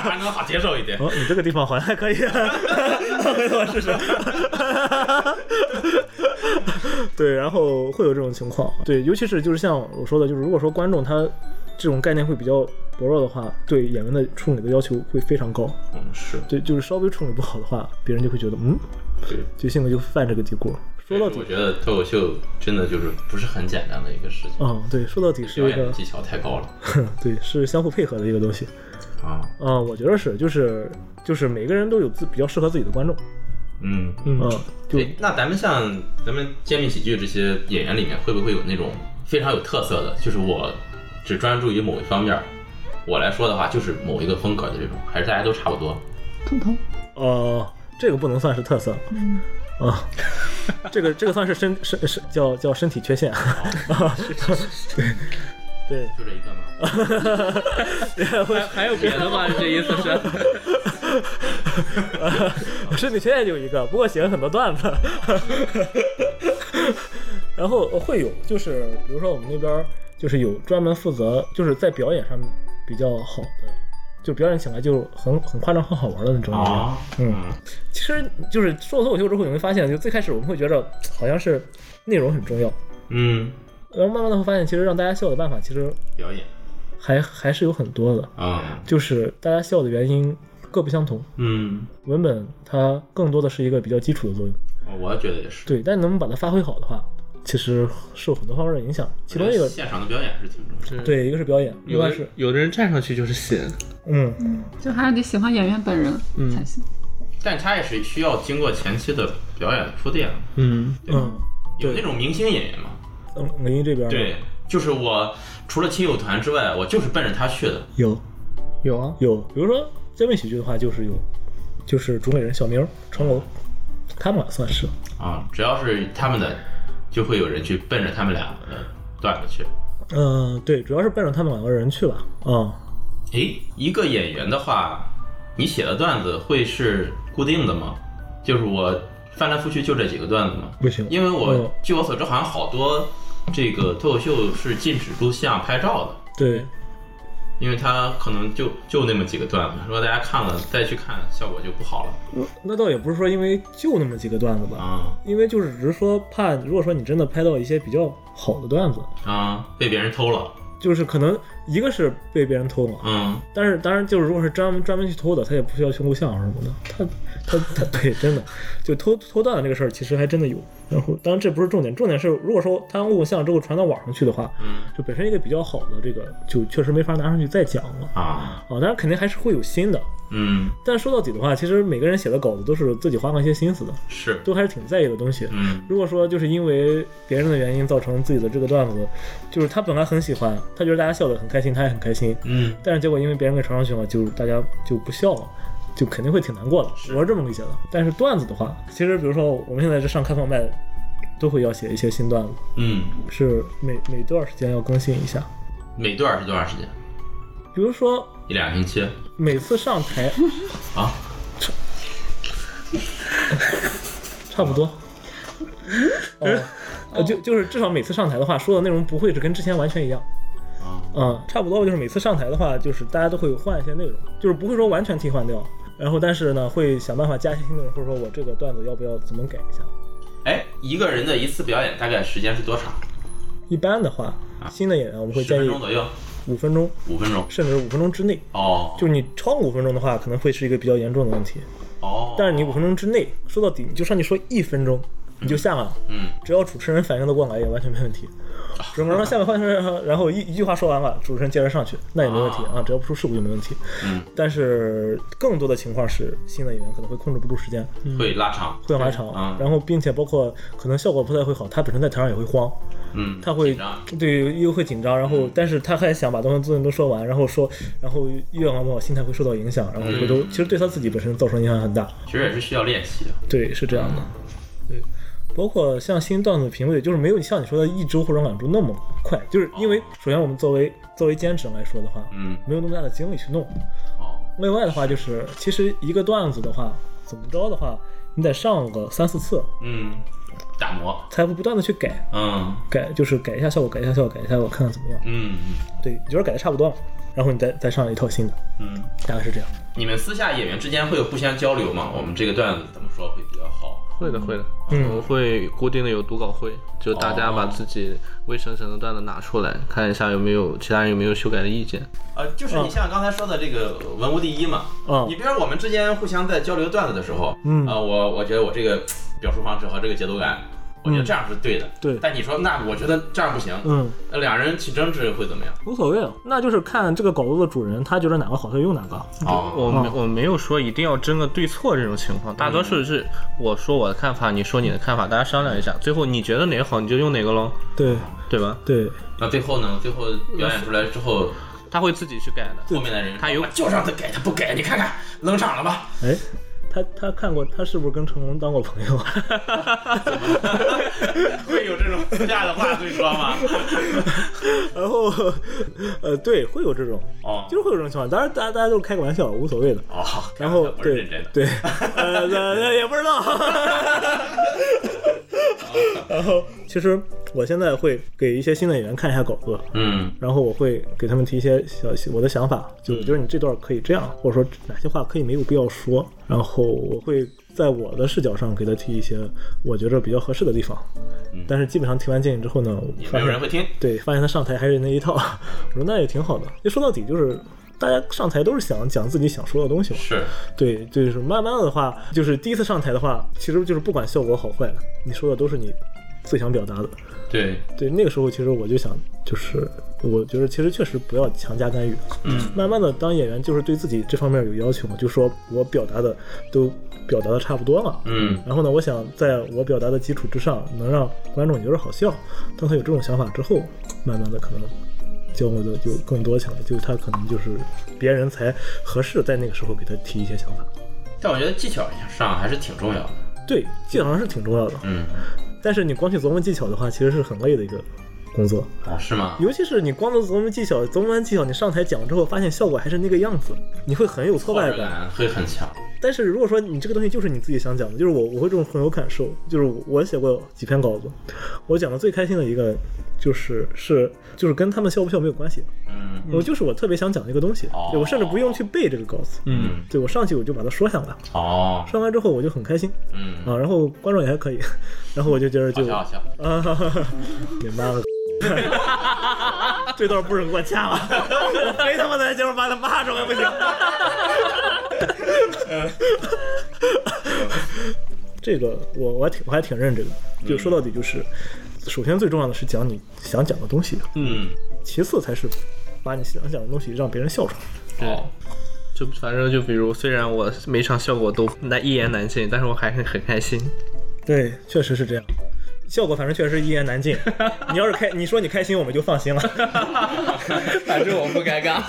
Speaker 1: 还能好接受一 点。
Speaker 3: 哦，你这个地方好像还可以，啊 回头我试试。对，然后会有这种情况，对，尤其是就是像我说的，就是如果说观众他这种概念会比较薄弱的话，对演员的处理的要求会非常高。
Speaker 1: 嗯，是
Speaker 3: 对，就是稍微处理不好的话，别人就会觉得，嗯，
Speaker 1: 对。
Speaker 3: 就性格就犯这个低谷。说到
Speaker 1: 我
Speaker 3: 底，
Speaker 1: 觉得脱口秀真的就是不是很简单的一个事情，
Speaker 3: 嗯，对，说到底是
Speaker 1: 表
Speaker 3: 一
Speaker 1: 演的
Speaker 3: 个，
Speaker 1: 技巧太高了
Speaker 3: 嗯对，是相互配合的一个东西。
Speaker 1: 啊。
Speaker 3: 嗯，我觉得是，就是就是每个人都有自比较适合自己的观众。
Speaker 1: 嗯，
Speaker 3: 嗯，就
Speaker 1: 对，那咱们像咱们揭秘喜剧这些演员里面，会不会有那种非常有特色的？就是我只专注于某一方面儿，我来说的话，就是某一个风格的这种，还是大家都差不多？
Speaker 4: 普通，
Speaker 3: 呃，这个不能算是特色，
Speaker 4: 嗯，
Speaker 3: 啊，这个这个算是身身身叫叫身体缺陷， 对
Speaker 1: 就这一个吗？
Speaker 2: 还还有别的吗？这意思是？
Speaker 3: 对， 身体缺陷就一个，不过写了很多段子，然后呃会有就是比如说我们那边儿就是有专门负责就是在表演上比较好的，就表演起来就很很夸张很好玩的那种演员，
Speaker 1: 啊，
Speaker 3: 嗯，其实就是做脱口秀之后你会发现，就最开始我们会觉得好像是内容很重要，
Speaker 1: 嗯，
Speaker 3: 然后慢慢的会发现，其实让大家笑的办法其实
Speaker 1: 表演
Speaker 3: 还还是有很多的，
Speaker 1: 啊，
Speaker 3: 就是大家笑的原因各不相同。
Speaker 1: 嗯，
Speaker 3: 文本它更多的是一个比较基础的作用，
Speaker 1: 哦我觉得也是。
Speaker 3: 对，但能把它发挥好的话，其中受很多方面的影响。其中一个，
Speaker 1: 现场的表演是挺重要的。
Speaker 3: 对，一个是表演，另
Speaker 2: 有
Speaker 3: 外
Speaker 2: 的
Speaker 3: 是，
Speaker 2: 有的人站上去就是写，
Speaker 3: 嗯，
Speaker 4: 就还是得喜欢演员本人才行。
Speaker 1: 但他也是需要经过前期的表演铺垫，
Speaker 2: 嗯，
Speaker 1: 对吧
Speaker 3: 嗯，
Speaker 1: 有那种明星演员嘛，
Speaker 3: 嗯，雷音这边呢
Speaker 1: 对，就是我除了亲友团之外，我就是奔着他去的。
Speaker 3: 有
Speaker 2: 有啊，
Speaker 3: 有，比如说街面喜剧的话，就是有，就是主理人小明、成龙，他们俩算是，
Speaker 1: 啊，只要是他们的，就会有人去奔着他们俩的段子去。
Speaker 3: 嗯、对，主要是奔着他们两个人去吧，啊、
Speaker 1: 诶，一个演员的话，你写的段子会是固定的吗？就是我翻来覆去就这几个段子吗？
Speaker 3: 不行，
Speaker 1: 因为我、
Speaker 3: 嗯
Speaker 1: 据我所知，好像好多这个脱口秀是禁止录像拍照的，
Speaker 3: 对，
Speaker 1: 因为他可能就就那么几个段子，如果大家看了再去看，效果就不好了
Speaker 3: 那倒也不是说因为就那么几个段子吧，
Speaker 1: 啊
Speaker 3: 因为就是只是说怕，如果说你真的拍到一些比较好的段子，
Speaker 1: 啊，被别人偷了，
Speaker 3: 就是可能一个是被别人偷嘛，
Speaker 1: 嗯。
Speaker 3: 但是当然就是如果是专门专门去偷的，他也不需要去录像什么的，他他他 对，真的就偷偷段子这个事儿其实还真的有。然后当然这不是重点，重点是如果说他录像之后传到网上去的话，
Speaker 1: 嗯
Speaker 3: 就本身一个比较好的这个就确实没法拿上去再讲了
Speaker 1: 啊，
Speaker 3: 啊，当然肯定还是会有新的。
Speaker 1: 嗯，
Speaker 3: 但说到底的话，其实每个人写的稿子都是自己花过一些心思的，
Speaker 1: 是，
Speaker 3: 都还是挺在意的东西。
Speaker 1: 嗯
Speaker 3: 如果说就是因为别人的原因造成自己的这个段子，就是他本来很喜欢，他觉得大家笑得很开心，他也很开心，
Speaker 1: 嗯，
Speaker 3: 但是结果因为别人给传上去了，就大家就不笑了。就肯定会挺难过的，我是这么理解的。但是段子的话，其实比如说我们现在这上开放麦，都会要写一些新段子，
Speaker 1: 嗯，
Speaker 3: 是每每多少时间要更新一下。
Speaker 1: 每段儿是多长时间？
Speaker 3: 比如说
Speaker 1: 一两个星期
Speaker 3: 每次上台
Speaker 1: 啊？
Speaker 3: 差不多，
Speaker 1: 嗯
Speaker 3: 哦，呃，就就是至少每次上台的话，说的内容不会是跟之前完全一样，
Speaker 1: 啊，
Speaker 3: 嗯，差不多就是每次上台的话，就是大家都会换一些内容，就是不会说完全替换掉，然后但是呢，会想办法加一些新内容，或者说我这个段子要不要怎么改一下。
Speaker 1: 哎，一个人的一次表演大概时间是多长？
Speaker 3: 一般的话，新的演员我们会
Speaker 1: 啊十
Speaker 3: 建
Speaker 1: 分
Speaker 3: 议
Speaker 1: 钟左右，
Speaker 3: 五分钟，
Speaker 1: 五分钟。
Speaker 3: 甚至是五分钟之内。
Speaker 1: 哦，
Speaker 3: 就是你超过五分钟的话，可能会是一个比较严重的问题。
Speaker 1: 哦，
Speaker 3: 但是你五分钟之内，说到底，你就算你说一分钟，你就下了，
Speaker 1: 嗯，
Speaker 3: 只要主持人反应得过来，也完全没问题。
Speaker 1: 啊
Speaker 3: 主持人说下面换成，然后一一句话说完了，主持人接着上去，那也没问题
Speaker 1: 啊
Speaker 3: 啊，只要不出事故就没问题。
Speaker 1: 嗯，
Speaker 3: 但是更多的情况是，新的演员可能会控制不住时间，
Speaker 1: 会拉长，
Speaker 3: 会
Speaker 1: 嗯
Speaker 3: 拉
Speaker 1: 啊
Speaker 3: 长，然后并且包括可能效果不太会好，他本身在台上也会慌，
Speaker 1: 嗯，
Speaker 3: 他会
Speaker 1: 紧张嗯
Speaker 3: 对又会紧张，然后但是他还想把东西都说完，然后说，然后越往往心态会受到影响，然后
Speaker 1: 嗯
Speaker 3: 回头其实对他自己本身造成影响很大，
Speaker 1: 其实也是需要练习的。
Speaker 3: 对，是这样的，对。包括像新段子评委，就是没有像你说的一周或者两周那么快，就是因为首先我们作为作为兼职来说的话，
Speaker 1: 嗯，
Speaker 3: 没有那么大的精力去弄。
Speaker 1: 哦，
Speaker 3: 另外的话，就是其实一个段子的话，怎么着的话，你得上个三四次，
Speaker 1: 嗯，打磨，
Speaker 3: 才会不断的去改
Speaker 1: 嗯
Speaker 3: 改，就是改一下效果，改一下效果，改一下效果，看看怎么样。
Speaker 1: 嗯
Speaker 3: 对，你觉得改的差不多了，然后你再再上一套新的，
Speaker 1: 嗯嗯，
Speaker 3: 大概是这样。
Speaker 1: 你们私下演员之间会有互相交流吗？我们这个段子怎么说会比较好？
Speaker 2: 会的，会的，
Speaker 3: 嗯
Speaker 2: 我们会固定的有读稿会，就大家把自己未生成的段子拿出来，看一下有没有其他人有没有修改的意见。
Speaker 1: 呃，就是你像刚才说的这个文无第一嘛，
Speaker 3: 嗯
Speaker 1: 你比如我们之间互相在交流段子的时候，
Speaker 3: 嗯
Speaker 1: 啊，我我觉得我这个表述方式和这个节奏感，我觉得这样是对的，
Speaker 3: 嗯对
Speaker 1: 但你说那我觉得这样不行，
Speaker 3: 嗯，
Speaker 1: 那两人起争执会怎么样？
Speaker 3: 无所谓，那就是看这个稿子的主人他觉得哪个好，他就用哪个。
Speaker 1: 哦，
Speaker 2: 我没我没有说一定要争个对错这种情况，大多数是我说我的看法，你说你的看法，大家商量一下，最后你觉得哪个好你就用哪个喽，
Speaker 3: 对
Speaker 2: 对吧？
Speaker 3: 对，
Speaker 1: 那最后呢？最后表演出来之后，
Speaker 2: 他会自己去改的。
Speaker 1: 后面的人
Speaker 2: 他有
Speaker 1: 我就让他改，他不改，你看看冷场了吧？
Speaker 3: 哎，他他看过，他是不是跟成龙当过朋友？啊
Speaker 1: 会有这种私下的话会说吗？
Speaker 3: 然后，呃，对，会有这种，
Speaker 1: 哦，
Speaker 3: 就是会有这种情况。当然，大家大家都是开个玩笑，无所谓的。
Speaker 1: 哦，
Speaker 3: 然后
Speaker 1: 不是
Speaker 3: 对
Speaker 1: 认真的，
Speaker 3: 对，呃，呃也不知 道。然后，其实我现在会给一些新的演员看一下稿子，
Speaker 1: 嗯
Speaker 3: 然后我会给他们提一些小我的想法，就
Speaker 1: 嗯
Speaker 3: 我觉得你这段可以这样，或者说哪些话可以没有必要说，然后我会在我的视角上给他提一些我觉着比较合适的地方。
Speaker 1: 嗯
Speaker 3: 但是基本上提完建议之后呢，我
Speaker 1: 也
Speaker 3: 发
Speaker 1: 没有
Speaker 3: 现
Speaker 1: 人会听。
Speaker 3: 对，发现他上台还是那一套，我说那也挺好的。因为说到底就是大家上台都是想讲自己想说的东西嘛。
Speaker 1: 是，
Speaker 3: 对，就是慢慢的话，就是第一次上台的话，其实就是不管效果好坏，你说的都是你最想表达的。
Speaker 1: 对，
Speaker 3: 对，那个时候其实我就想，就是我觉得其实确实不要强加干预。啊
Speaker 1: 嗯
Speaker 3: 慢慢的，当演员就是对自己这方面有要求嘛，就说我表达的都表达的差不多了。
Speaker 1: 嗯
Speaker 3: 然后呢，我想在我表达的基础之上，能让观众觉得好笑。当他有这种想法之后，慢慢的可能交流的就更多起来，就是他可能就是别人才合适在那个时候给他提一些想法。
Speaker 1: 但我觉得技巧上还是挺重要的。
Speaker 3: 对，技巧上是挺重要的，
Speaker 1: 嗯，
Speaker 3: 但是你光去琢磨技巧的话，其实是很累的一个工作。
Speaker 1: 哦，是吗？
Speaker 3: 尤其是你光能琢磨技巧，琢磨完技巧，你上台讲之后，发现效果还是那个样子，你会很有挫败
Speaker 1: 挫折
Speaker 3: 感。
Speaker 1: 感会很强。
Speaker 3: 但是如果说你这个东西就是你自己想讲的，就是我我会这种很有感受，就是我我写过几篇稿子，我讲的最开心的一个就是是就是跟他们笑不笑没有关系，
Speaker 1: 嗯
Speaker 3: 我就是我特别想讲的一个东西，
Speaker 1: 哦
Speaker 3: 对我甚至不用去背这个稿子，
Speaker 1: 嗯，
Speaker 3: 对我上去我就把它说下来，
Speaker 1: 哦，
Speaker 3: 说完之后我就很开心
Speaker 1: 嗯，
Speaker 3: 啊，然后观众也还可以， 然后我就觉
Speaker 1: 好
Speaker 3: 得就
Speaker 1: 笑好笑。
Speaker 3: 啊，哈哈哈你妈了！这段不准给我掐了，我非他妈在节目把他骂出来不行。这个我我还挺我还挺认这个，就说到底就是，首先最重要的是讲你想讲的东西，
Speaker 1: 嗯，
Speaker 3: 其次才是把你想讲的东西让别人笑出来。
Speaker 2: 对，就反正就比如，虽然我每场效果都难一言难尽，但是我还是很开心。
Speaker 3: 对，确实是这样。效果反正确实一言难尽。你要是开，你说你开心，我们就放心了。
Speaker 2: 反正我不尴 尬。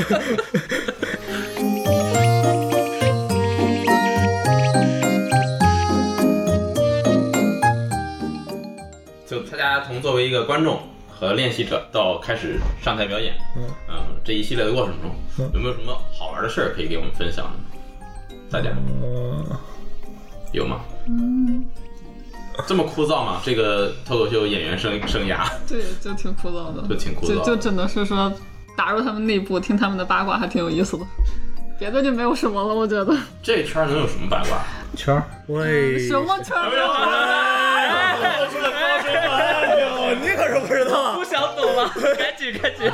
Speaker 1: 就大家从作为一个观众和练习者到开始上台表演，
Speaker 3: 嗯
Speaker 1: 嗯，这一系列的过程中
Speaker 3: 嗯，
Speaker 1: 有没有什么好玩的事儿可以给我们分享呢？大家
Speaker 3: 嗯、
Speaker 1: 有吗？
Speaker 4: 嗯
Speaker 1: 这么枯燥吗？这个脱口秀演员生生涯，
Speaker 4: 对，就挺枯燥
Speaker 3: 嗯
Speaker 4: 的，
Speaker 1: 就挺枯燥的
Speaker 4: 就就只能是说打入他们内部，听他们的八卦还挺有意思的， 别的就没有什么了，我觉得。
Speaker 1: 这圈儿能有什么八卦？
Speaker 2: 圈儿，
Speaker 3: 喂，
Speaker 4: 什么圈儿
Speaker 3: 哎哎呦，你可是不知道啊
Speaker 2: 不！想懂了，赶紧赶紧。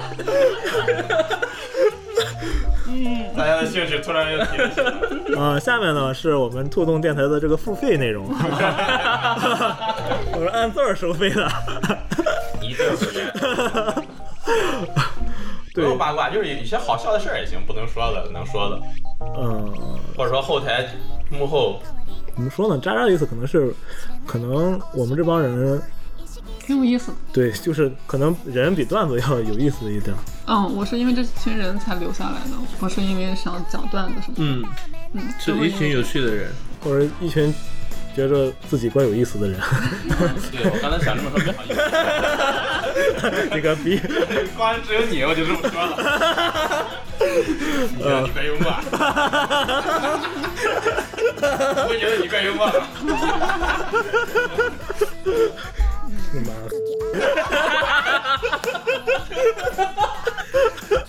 Speaker 1: 大家的兴趣突然又提起来。
Speaker 3: 啊，下面呢是我们兔动电台的这个 付费内容，我是按字儿收费的。
Speaker 1: 你一阵子也。 不
Speaker 3: 对
Speaker 1: 用八卦，就是有一些好笑的事儿也行，不能说的能说的，
Speaker 3: 嗯，
Speaker 1: 或者说后台幕后
Speaker 3: 怎么说呢？渣渣的意思可能是，可能我们这帮人，
Speaker 4: 挺有意思的。
Speaker 3: 对，就是可能人比段子要有意思一点。
Speaker 4: 嗯，我是因为这群人才留下来的，不是因为想讲段子什么的。
Speaker 2: 嗯，
Speaker 4: 嗯，
Speaker 2: 是一群有趣的人。
Speaker 3: 或者一群觉着自己怪有意思的人，
Speaker 1: 对我刚才想这么说，没好意
Speaker 3: 你个逼！
Speaker 1: 思，光只有你，我就这么说了。你觉得你怪幽 默？啊我觉得你怪幽默啊了。
Speaker 3: 你妈的！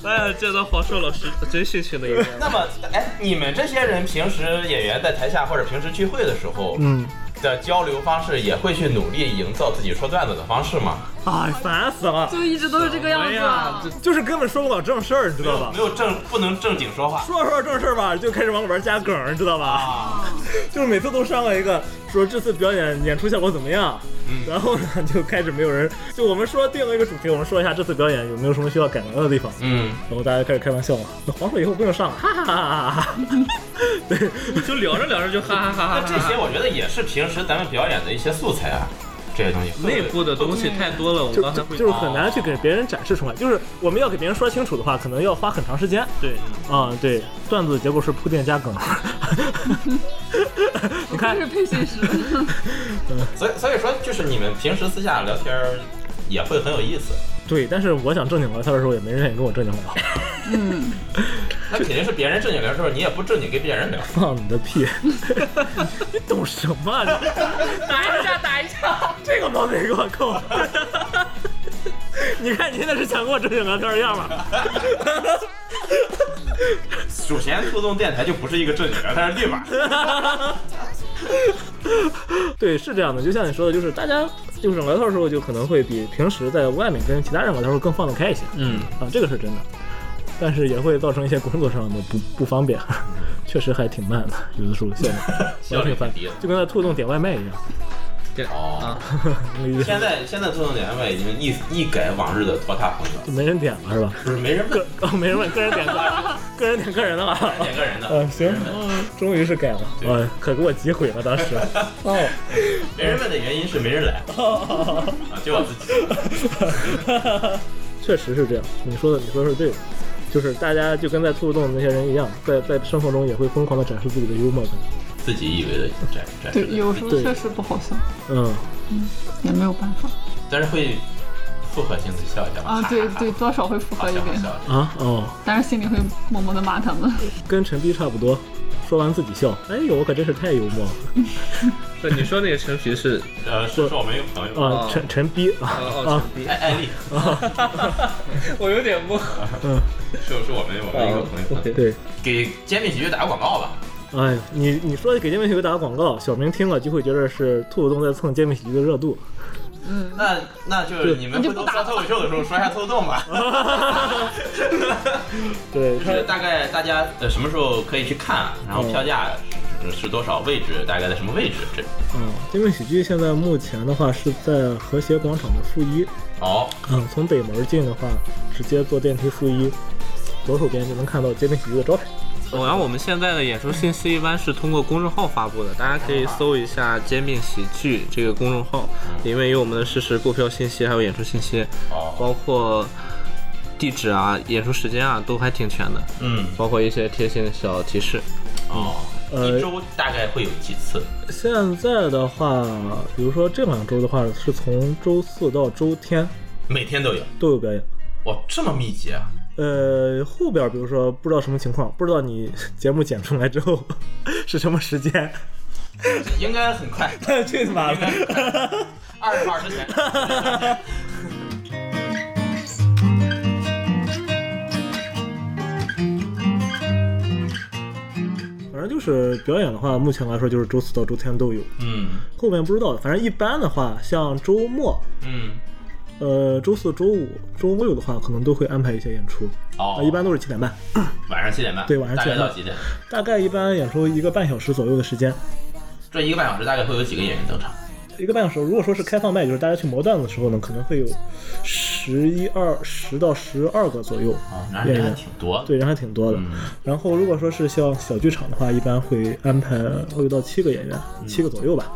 Speaker 2: 哎呀，见到黄硕老师真性情的一面。
Speaker 1: 那么，哎，你们这些人平时演员在台下或者平时聚会的时候，
Speaker 3: 嗯，
Speaker 1: 的交流方式也会去努力营造自己说段子的方式吗？
Speaker 3: 哎，烦死了！
Speaker 4: 就一直都是这个
Speaker 2: 哎
Speaker 4: 样子、啊。
Speaker 3: 就是根本说不了正事儿，你知道吧
Speaker 1: 没？有正不能正经说话
Speaker 3: 说着说着正事儿吧，就开始往里边加梗儿，你知道吧？
Speaker 1: 啊，
Speaker 3: 就是每次都上了一个，说这次表演演出效果怎么样？
Speaker 1: 嗯
Speaker 3: 然后呢，就开始没有人，就我们说定了一个主题，我们说一下这次表演有没有什么需要改良的地方。
Speaker 1: 嗯，
Speaker 3: 然后大家就开始开玩笑嘛，那黄水以后不用上了，哈哈哈哈哈哈！对，
Speaker 2: 就聊着聊着就哈哈哈哈
Speaker 1: 那
Speaker 2: 哈。
Speaker 1: 这些我觉得也是平时咱们表演的一些素材啊，这些东西会
Speaker 2: 内部的东西太多了，我
Speaker 3: 就
Speaker 2: 们刚才
Speaker 3: 就
Speaker 2: 会
Speaker 3: 就是很难去给别人展示出来，就是我们要给别人说清楚的话，可能要花很长时间。
Speaker 2: 对，
Speaker 3: 啊、对，段子结构是铺垫加梗。你看
Speaker 2: 哎
Speaker 4: 这，是配信师，
Speaker 1: 所以所以说就是你们平时私下聊天儿也会很有意思，
Speaker 3: 对，但是我想正经聊天的时候，也没人愿意跟我正经聊。
Speaker 1: 那肯定是别人正经聊的时候，你也不正经跟别人聊。
Speaker 3: 放你的 屁！你懂什么啊？
Speaker 4: 打一架打一架。
Speaker 3: 这个毛病给我扣。 你看你现在是想跟我正经聊天的样吗？
Speaker 1: 主持互动电台就不是一个正经聊天的地方，
Speaker 3: 对，是这样的，就像你说的，就是大家就是聊天的时候，就可能会比平时在外面跟其他人聊天的时候更放得开一些
Speaker 2: 嗯，
Speaker 3: 啊，这个是真的。但是也会造成一些工作上的不不方便， 确实还挺慢的，有的时候效 率
Speaker 1: 效率挺低的
Speaker 3: 就跟那兔洞点外卖一样。
Speaker 2: 对
Speaker 1: 哦
Speaker 2: 啊，
Speaker 3: 那个
Speaker 1: 现在现在互动点外已经一一改往日的拖沓风格，
Speaker 3: 就没人点了是吧？
Speaker 1: 不是没人问，
Speaker 3: 哦，没人问，个人点个，个人点个人的吧。
Speaker 1: 点个人的，
Speaker 3: 嗯，行，终于是改了，啊，可给我急毁了当时。哦，
Speaker 1: 没人问的原因是没人来， 啊，就我自己。
Speaker 3: 确实是这样，你说的，你说的是对的，就是大家就跟在兔子洞的那些人一样，在在生活中也会疯狂的展示自己的幽默感。
Speaker 1: 自己以为的展展示
Speaker 4: 对，
Speaker 1: 的，
Speaker 4: 有时候确实不好笑，
Speaker 3: 嗯，
Speaker 4: 也没有办法
Speaker 1: 但是会复合性的笑一下
Speaker 4: 啊。对对，，多少会 符
Speaker 1: 好
Speaker 4: 合一
Speaker 1: 笑好
Speaker 4: 点，
Speaker 1: 笑。
Speaker 3: 啊，哦，
Speaker 4: 但是心里会默默的骂他们。
Speaker 3: 跟陈斌差不多。说完自己笑，哎呦，我可真是太幽默了
Speaker 2: 不，你说那个陈皮是
Speaker 1: 呃，是是我们有朋友，
Speaker 3: 啊！
Speaker 2: 哦
Speaker 3: 陈陈逼啊
Speaker 2: 哦
Speaker 3: 啊
Speaker 2: 哦，，陈皮
Speaker 1: 艾艾丽，
Speaker 2: 我有点懵。
Speaker 3: 嗯，
Speaker 1: 是是我们我们一个
Speaker 3: 啊
Speaker 1: 朋友，
Speaker 2: OK，
Speaker 3: 对，
Speaker 1: 给煎饼喜剧打个广告吧。
Speaker 3: 哎呀，你你说给煎饼喜剧打个广告，小明听了就会觉得是兔子洞在蹭煎饼喜剧的热度。
Speaker 1: 那那就是你们回头说脱口秀的时候说一下偷洞 吧。
Speaker 3: 对，
Speaker 1: 就
Speaker 3: 他
Speaker 1: 是大概大家呃什么时候可以去看，啊然后
Speaker 3: 嗯
Speaker 1: 票价是是多少，位置大概在什么位置？这
Speaker 3: 嗯，煎饼喜剧现在目前的话是在和谐广场的负一，
Speaker 1: 哦，
Speaker 3: 嗯，从北门进的话，直接坐电梯负一，左手边就能看到煎饼喜剧的招牌。
Speaker 2: 然后我们现在的演出信息一般是通过公众号发布的，大家可以搜一下“煎饼喜剧”这个公众号，里面有我们的实时购票信息，还有演出信息，
Speaker 1: 哦，
Speaker 2: 包括地址啊、演出时间啊，都还挺全的，
Speaker 1: 嗯，
Speaker 2: 包括一些贴心的小提示。
Speaker 1: 哦，
Speaker 3: 呃
Speaker 1: 一周大概会有几次？
Speaker 3: 现在的话，比如说这两周的话，是从周四到周天
Speaker 1: 每天都有。
Speaker 3: 都有表演。
Speaker 1: 哇，这么密集啊！
Speaker 3: 呃，后边比如说不知道什么情况，不知道你节目剪出来之后 是什么 时间，
Speaker 1: 应该很快，
Speaker 3: 去他 妈的！
Speaker 1: 二十号之前。
Speaker 3: 反正就是表演的话，目前来说就是周四到周天都有，
Speaker 1: 嗯
Speaker 3: 后面不知道。反正一般的话，像周末，
Speaker 1: 嗯，
Speaker 3: 呃，周四周五、周六的话，可能都会安排一些演出。
Speaker 1: 哦
Speaker 3: 啊，，一般都是七点半，
Speaker 1: 晚上七点半，
Speaker 3: 对晚
Speaker 1: 大
Speaker 3: 上7
Speaker 1: 概
Speaker 3: 点半
Speaker 1: 到几点？
Speaker 3: 大概一般演出一个半小时左右的时间。
Speaker 1: 这一个半小时大概会有几个演员登场？
Speaker 3: 一个半小时。如果说是开放麦，就是大家去磨段子的时候呢，可能会有十一二十到十二个左右，
Speaker 1: 啊，那人还挺多的。
Speaker 3: 对，人还挺多的。然后如果说是像小剧场的话，一般会安排会有到七个演员，七个左右吧。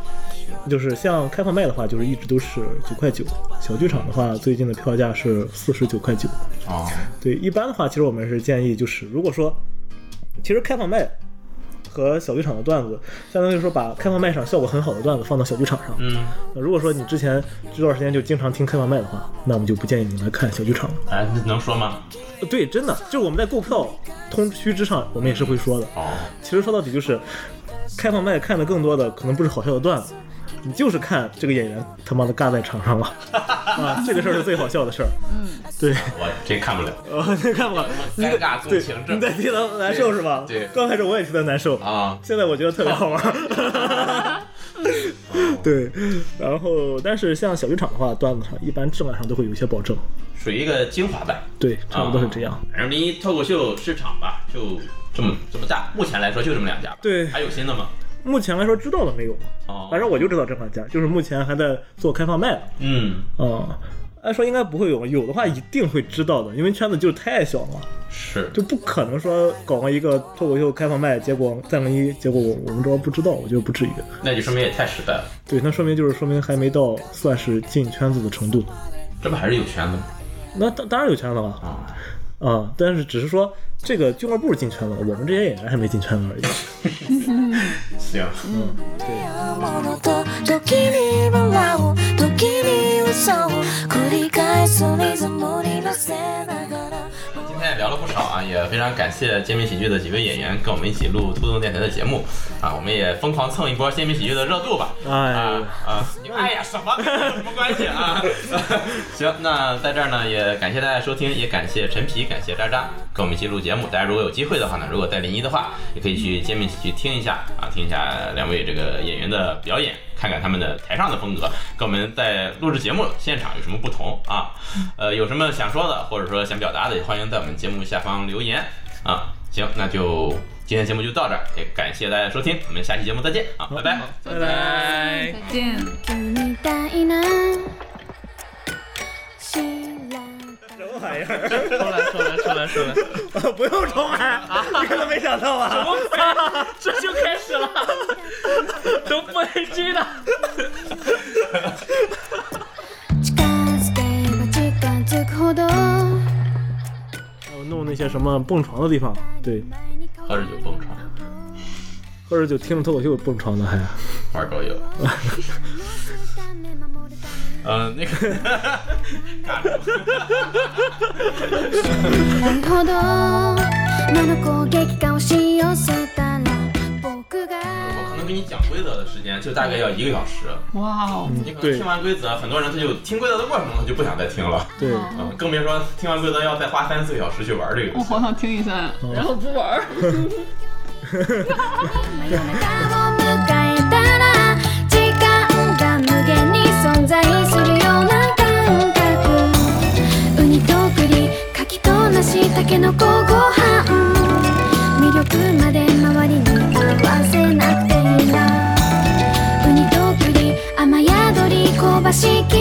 Speaker 3: 就是像开放麦的话，就是一直都是九块九。小剧场的话，最近的票价是四十九块九。
Speaker 1: 哦，
Speaker 3: 对，一般的话，其实我们是建议，就是如果说，其实开放麦和小剧场的段子，相当于说把开放麦上效果很好的段子放到小剧场上。
Speaker 1: 嗯，
Speaker 3: 那如果说你之前这段时间就经常听开放麦的话，那我们就不建议你来看小剧场了。
Speaker 1: 哎，那能说吗？
Speaker 3: 呃对，真的，就是我们在购票通须知上，我们也是会说的。
Speaker 1: 哦，
Speaker 3: 其实说到底就是，开放麦看的更多的可能不是好笑的段子，你就是看这个演员他妈的尬在场上了 啊，这个事儿是最好笑的事儿。嗯，对，
Speaker 1: 我这看不了，
Speaker 3: 呃，你看吧，
Speaker 1: 尴尬综
Speaker 3: 对
Speaker 1: 情，
Speaker 3: 你
Speaker 1: 症
Speaker 3: 在替他难受是吧？
Speaker 1: 对对
Speaker 3: 刚开始我也替他难受，
Speaker 1: 啊。
Speaker 3: 现在我觉得特别好 玩儿。对，然后但是像小剧场的话，段子上一般质量上都会有一些保证，
Speaker 1: 属于一个精华版，
Speaker 3: 对，差不多是这样。
Speaker 1: 啊。反正离脱口秀市场吧，就这么这么大，目前来说就这么两家吧。
Speaker 3: 对
Speaker 1: 还有新的吗？
Speaker 3: 目前来说知道了没有？
Speaker 1: 哦，
Speaker 3: 反正我就知道这款家，就是目前还在做开放麦了。
Speaker 1: 嗯，
Speaker 3: 嗯，按说应该不会有，有的话一定会知道的，因为圈子就是太小了，
Speaker 1: 是
Speaker 3: 就不可能说搞了一个脱口秀开放麦，结果三零一，结果我我们这不知道，我觉得不至于。
Speaker 1: 那就说明也太实在了，
Speaker 3: 对，那说明就是说明还没到算是进圈子的程度。
Speaker 1: 这不还是有圈子吗？
Speaker 3: 那当当然有圈子了
Speaker 1: 啊，
Speaker 3: 啊，但是只是说这个俱乐部进圈了，我们这些演员还没进圈子而已。
Speaker 1: 行，
Speaker 6: ものと時に笑う時に嘘を繰り返すリズムに乗せながら
Speaker 1: 今天也聊了不少啊，也非常感谢煎饼喜剧的几位演员跟我们一起录兔洞电台的节目啊，我们也疯狂蹭一波煎饼喜剧的热度吧。
Speaker 3: 哎
Speaker 1: 啊啊！你们哎呀，什么跟我有什么关系啊？ 行，那在这儿呢，也感谢大家收听，也感谢陈皮，感谢渣渣跟我们一起录节目。大家如果有机会的话呢，如果在临沂的话，也可以去煎饼喜剧听一下啊，听一下两位这个演员的表演，看看他们的台上的风格，跟我们在录制节目现场有什么不同啊？呃，有什么想说的，或者说想表达的，也欢迎在我们节目下方留言啊。行，那就今天节目就到这儿，也感谢大家收听，我们下期节目再见啊，拜拜。
Speaker 3: 拜拜。
Speaker 4: 再见。
Speaker 6: 君みたいな知ら
Speaker 5: 什么玩意儿？
Speaker 2: 重来，重来，重来，重来。
Speaker 5: 不用重来，你可能没想到
Speaker 3: 啊
Speaker 5: 吧？
Speaker 2: 这 就开始了， 都不能追了。
Speaker 6: 近づけば近づくほど
Speaker 3: 还有弄那些什么蹦床的地方，对，
Speaker 1: 喝着酒蹦床，
Speaker 3: 或者就听着脱口秀蹦床的还。
Speaker 1: 玩狗友。呃，那个，尬住。
Speaker 6: なるほど魔の攻撃が押し寄せたら僕が
Speaker 1: 我可能给你讲规则的时间就大概要一个小时，
Speaker 4: 哇哦，
Speaker 1: 你可能听完规则，很多人他就听规则的过程中他就不想再听了，
Speaker 3: 对，
Speaker 1: 嗯，更别说听完规则要再花三四个小时去玩这个游
Speaker 4: 我
Speaker 1: 戏
Speaker 4: 好。想听一下呀，然后不玩儿。
Speaker 6: 真夜中を迎えたら時間が無限に存在するような感覚ウニと栗柿と梨タケノコご飯魅力まで周りに合わせなくていいなウニと栗雨宿り香ばしき